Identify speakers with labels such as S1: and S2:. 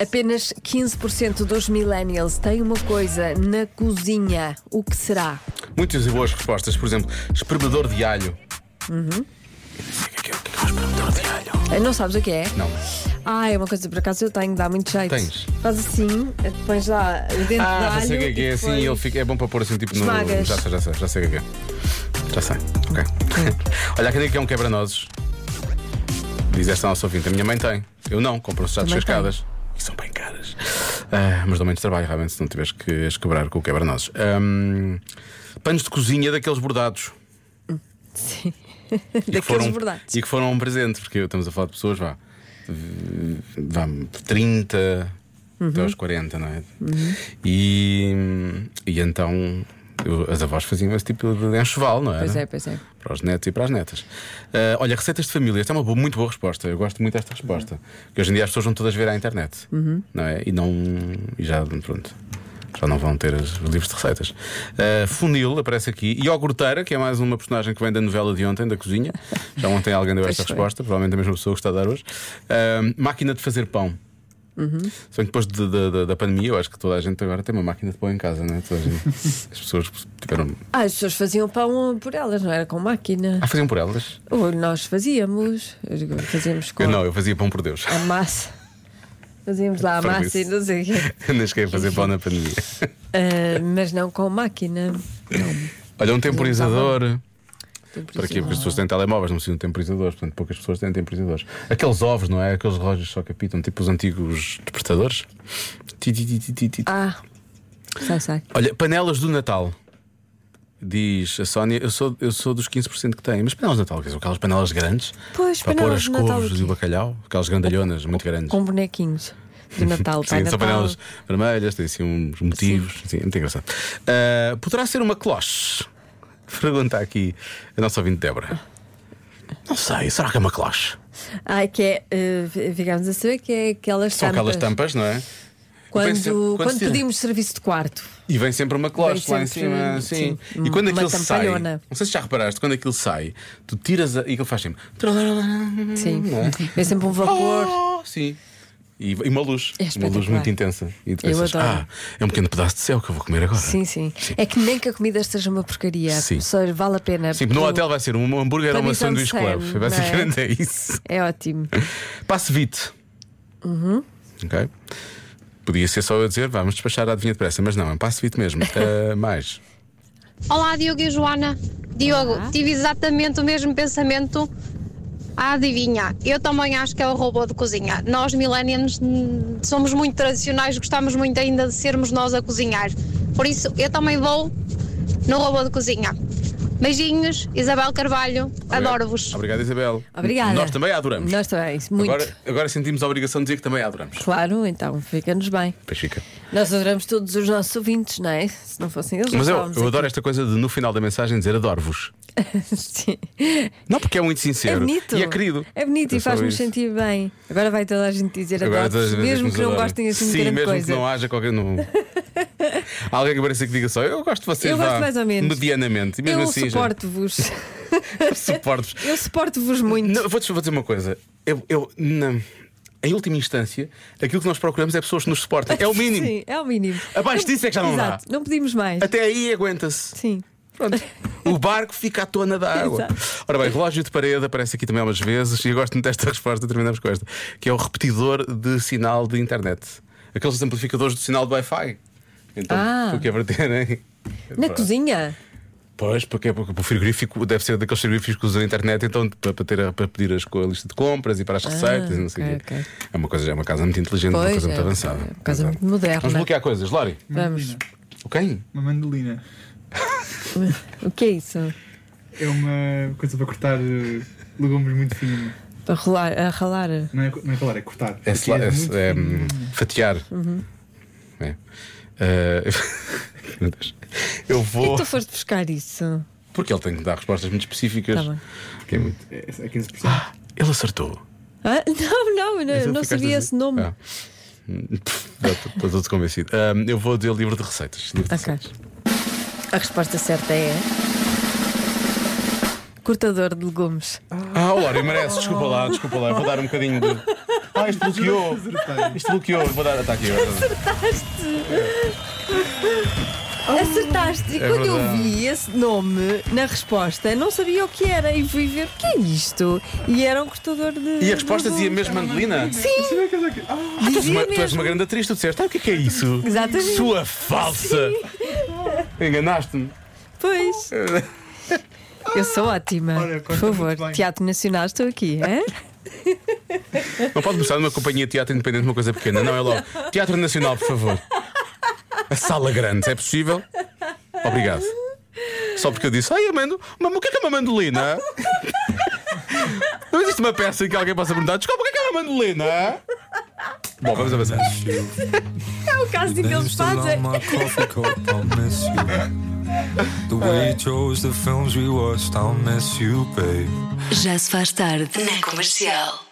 S1: Apenas 15% dos millennials têm uma coisa na cozinha. O que será?
S2: Muitas e boas respostas. Por exemplo, espremedor de alho. Eu não sei o que é, o que é um espremedor de alho.
S1: Ah, Não sabes o que é?
S2: Não.
S1: Ah, é uma coisa por acaso eu tenho, dá muito jeito.
S2: Tens?
S1: Faz assim, pões lá dentro do
S2: Ah,
S1: alho.
S2: já sei o que é que é. Assim,
S1: depois-
S2: ele fica, é bom para pôr assim tipo no.
S1: Esmagas.
S2: Já sei, já sei, já sei o que é. que é. Já sei. Ok.
S1: Hum.
S2: Olha, há quem diga que é um quebra-nozes. Diz esta nossa ouvinte. A minha mãe tem. Eu não, compro-se já
S1: Também
S2: descascadas. E são bem caras. Ah, mas dão menos trabalho, realmente, se não tiveres que as quebrar com o quebra-nozes. Ahm, panos de cozinha daqueles bordados.
S1: Sim.
S2: E que
S1: Daqueles
S2: foram-
S1: bordados.
S2: E que foram um presente, porque estamos a falar de pessoas, vá. Vá 30 até
S1: Uhum.
S2: aos 40, não é? E, e então eu- as avós faziam esse tipo de enxoval, não é?
S1: Pois é, pois é.
S2: Para os netos e para as netas. Ah, olha, receitas de família, esta é uma boa- muito boa resposta. Eu gosto muito desta resposta. Que hoje em dia as pessoas vão todas ver à internet,
S1: Uhum.
S2: não é? E não. E já, pronto. Já não vão ter os livros de receitas. Ah, funil aparece aqui. Iogurteira, que é mais uma personagem que vem da novela de ontem, da cozinha. Já ontem alguém deu esta
S1: Pois foi.
S2: resposta, provavelmente a mesma pessoa que está a dar hoje. Ah, máquina de fazer pão.
S1: Uhum.
S2: Só que depois de- de- de- da pandemia, eu acho que toda a gente agora tem uma máquina de pão em casa, não é? Toda a gente. As pessoas tiveram.
S1: Ah, as pessoas faziam pão por elas, não era com máquina.
S2: Ah, faziam por elas?
S1: Ou nós fazíamos. Fazíamos com
S2: Eu não, eu fazia pão por Deus.
S1: a massa. Fazíamos lá a
S2: Para
S1: massa e
S2: isso.
S1: não sei o quê.
S2: Nem cheguei a fazer pão na pandemia.
S1: Ah, mas não com máquina.
S2: Olha, um temporizador. Para quê?
S1: que
S2: Porque as pessoas têm telemóveis, não precisam de temporizadores. Portanto, poucas pessoas têm temporizadores. Aqueles ovos, não é? Aqueles relógios só que apitam, tipo os antigos despertadores. Ti, ti, ti, ti, ti, ti.
S1: Ah, sai, sai.
S2: Olha, panelas do Natal. Diz a Sónia, eu sou, eu sou dos 15% que têm, mas panelas de Natal, quer dizer, aquelas panelas grandes
S1: Pois,
S2: para pôr
S1: panelas
S2: as
S1: de Natal
S2: couves
S1: aqui.
S2: e o bacalhau, aquelas grandalhonas muito grandes.
S1: Com bonequinhos de Natal, Pai
S2: Sim, são
S1: Natal.
S2: panelas vermelhas, têm assim uns motivos. Sim, muito engraçado. Ah, poderá ser uma cloche? Pergunta aqui a nossa ouvinte Débora. Não sei, será que é uma cloche?
S1: Ah, que é, eh, fi- ficámos a saber que é aquelas
S2: São
S1: tampas.
S2: aquelas tampas, não é?
S1: Quando,
S2: Vem sempre-
S1: quando,
S2: quando se-
S1: pedimos serviço de quarto.
S2: E vem sempre uma cloche
S1: Vem
S2: lá em
S1: sempre,
S2: cima. Sim.
S1: sim,
S2: E quando
S1: uma
S2: aquilo sai.
S1: tampalhona.
S2: Não sei se já reparaste, quando aquilo sai, tu tiras a, e aquilo faz sempre.
S1: Sim.
S2: Não é?
S1: É sempre um vapor.
S2: Oh, sim. E, e uma luz.
S1: É
S2: uma luz
S1: espetacular.
S2: muito intensa. E tu pensas,
S1: adoro.
S2: ah, é um pequeno pedaço de céu que eu vou comer agora.
S1: Sim, sim, É que nem que a comida seja uma porcaria.
S2: Ah! Sim.
S1: Ou seja, vale a pena.
S2: Sim, no
S1: porque
S2: hotel vai ser um hambúrguer ou uma
S1: Paris and
S2: sanduíche
S1: Hum. Sam,
S2: club.
S1: não é?
S2: Basicamente é isso.
S1: É ótimo.
S2: Passe vite.
S1: Uhum.
S2: Ok. Podia ser só eu dizer, vamos despachar a adivinha depressa, mas não, é um passe vite mesmo. Ah, mais.
S3: Olá, Diogo e Joana. Diogo, tive exatamente o mesmo pensamento. A adivinha, eu também acho que é o robô de cozinha. Nós, millennials, hum, somos muito tradicionais, gostamos muito ainda de sermos nós a cozinhar. Por isso, eu também vou no robô de cozinha. Beijinhos, Isabel Carvalho, adoro-vos.
S2: Obrigado, Isabel.
S1: Obrigada.
S2: Nós também a adoramos.
S1: Nós também, muito.
S2: Agora, agora sentimos a obrigação de dizer que também a adoramos.
S1: Claro, então fica-nos bem.
S2: Pois fica.
S1: Nós adoramos todos os nossos ouvintes, não é? Se não fossem eles,
S2: Mas
S1: não
S2: eu,
S1: estávamos
S2: eu adoro esta coisa de no final da mensagem dizer adoro-vos.
S1: aqui. Sim.
S2: Não porque é muito
S1: É
S2: sincero.
S1: bonito.
S2: E é querido.
S1: É bonito
S2: Eu
S1: e
S2: sou
S1: faz-nos
S2: isso.
S1: sentir bem. Agora vai toda a gente dizer
S2: Agora
S1: adoro
S2: todas as vezes
S1: mesmo
S2: nos
S1: que não
S2: adoram.
S1: gostem assim de
S2: é Sim,
S1: grande
S2: mesmo que
S1: coisa.
S2: não haja qualquer. Não... Há Alguém que pareça que diga só, eu gosto de vocês
S1: Eu gosto
S2: vá,
S1: mais ou menos.
S2: medianamente. E mesmo
S1: eu
S2: assim, já-
S1: suporto-vos.
S2: suporto-vos.
S1: eu suporto-vos muito.
S2: Não, vou, vou dizer uma coisa. Eu, eu, não. Em última instância, aquilo que nós procuramos é pessoas que nos suportem. É o mínimo.
S1: Sim, é o mínimo.
S2: Abaixo
S1: Não-
S2: disso é que já não dá.
S1: Exato, não pedimos mais.
S2: Até aí aguenta-se.
S1: Sim.
S2: Pronto. O barco fica à tona da água.
S1: Exato.
S2: Ora bem, relógio de parede aparece aqui também umas vezes e eu gosto muito desta resposta, terminamos com esta, que é o repetidor de sinal de internet. Aqueles amplificadores do sinal do Wi-Fi. Então,
S1: Ah.
S2: o que é verterem?
S1: Na
S2: Pronto.
S1: cozinha?
S2: Pois, porque, é- porque o frigorífico deve ser daqueles frigoríficos que usam a internet, então para, para ter a- para pedir as, co- a lista de compras e para as receitas e não sei o
S1: Ah, ok,
S2: quê.
S1: ok.
S2: É uma coisa, é uma casa muito inteligente, uma
S1: Pois,
S2: coisa muito
S1: é,
S2: avançada.
S1: é uma casa muito moderna.
S2: Vamos bloquear coisas, Lori.
S1: Vamos.
S2: O quem?
S4: Uma mandolina.
S1: O que é isso?
S4: É uma coisa para cortar eh, legumes muito fino.
S1: Para rolar, a ralar.
S4: Não é, co- não é falar, é cortar.
S2: É,
S4: Aqui
S2: sla- é-
S4: muito
S2: é,
S4: fino.
S2: hum, fatiar. É. Ah, meu Deus. Eu
S1: Por
S2: vou.
S1: que tu foste buscar isso?
S2: Porque ele tem que dar respostas muito específicas.
S1: Tá bem.
S2: Que é muito-
S4: É, é 15%.
S2: Ele acertou.
S1: Ah, não, não, não,
S2: Tu
S1: não
S2: ficaste
S1: sabia
S2: assim?
S1: esse nome.
S2: Ah. Hum, pff, já Estou estou todo convencido. Ah, eu vou dizer livro de receitas. Livro de
S1: Ok.
S2: receitas.
S1: A resposta certa é. Cortador de legumes.
S2: Ah, o Lório merece. Desculpa lá, desculpa lá. Eu vou dar um bocadinho de. Ah, isto bloqueou.
S4: Acertei.
S2: Isto bloqueou. Vou dar tá ataque agora.
S1: Oh. Acertaste. E
S2: É
S1: quando eu
S2: verdade.
S1: vi esse nome na resposta, não sabia o que era e fui ver o que é isto. E era um cortador de.
S2: E a resposta dizia mesmo Angelina.
S4: Sim! Será que é que- Ah,
S2: Tu és, uma, tu és uma grande atriz, tu disseste, ah, o que é que é isso?
S1: Exatamente.
S2: Sua falsa! Enganaste-me.
S1: Pois. Eu sou ótima.
S4: Olha,
S1: Por
S4: corta
S1: favor,
S4: muito bem.
S1: Teatro Nacional, estou aqui. hã?
S2: Não pode começar numa companhia de teatro independente, uma coisa pequena, não é logo. Teatro Nacional, por favor. A sala grande, se é possível. Obrigado. Só porque eu disse, ai, amando, mas o que é que é uma mandolina? Não existe uma peça em que alguém possa perguntar, desculpa, o que é que é uma mandolina? Bom, vamos avançar.
S1: É o caso de que eles
S5: Names still
S1: fazem.
S5: on my coffee cup, I'll miss you. The way you chose the films we watched, I'll miss you, babe.
S6: Já se faz tarde na comercial.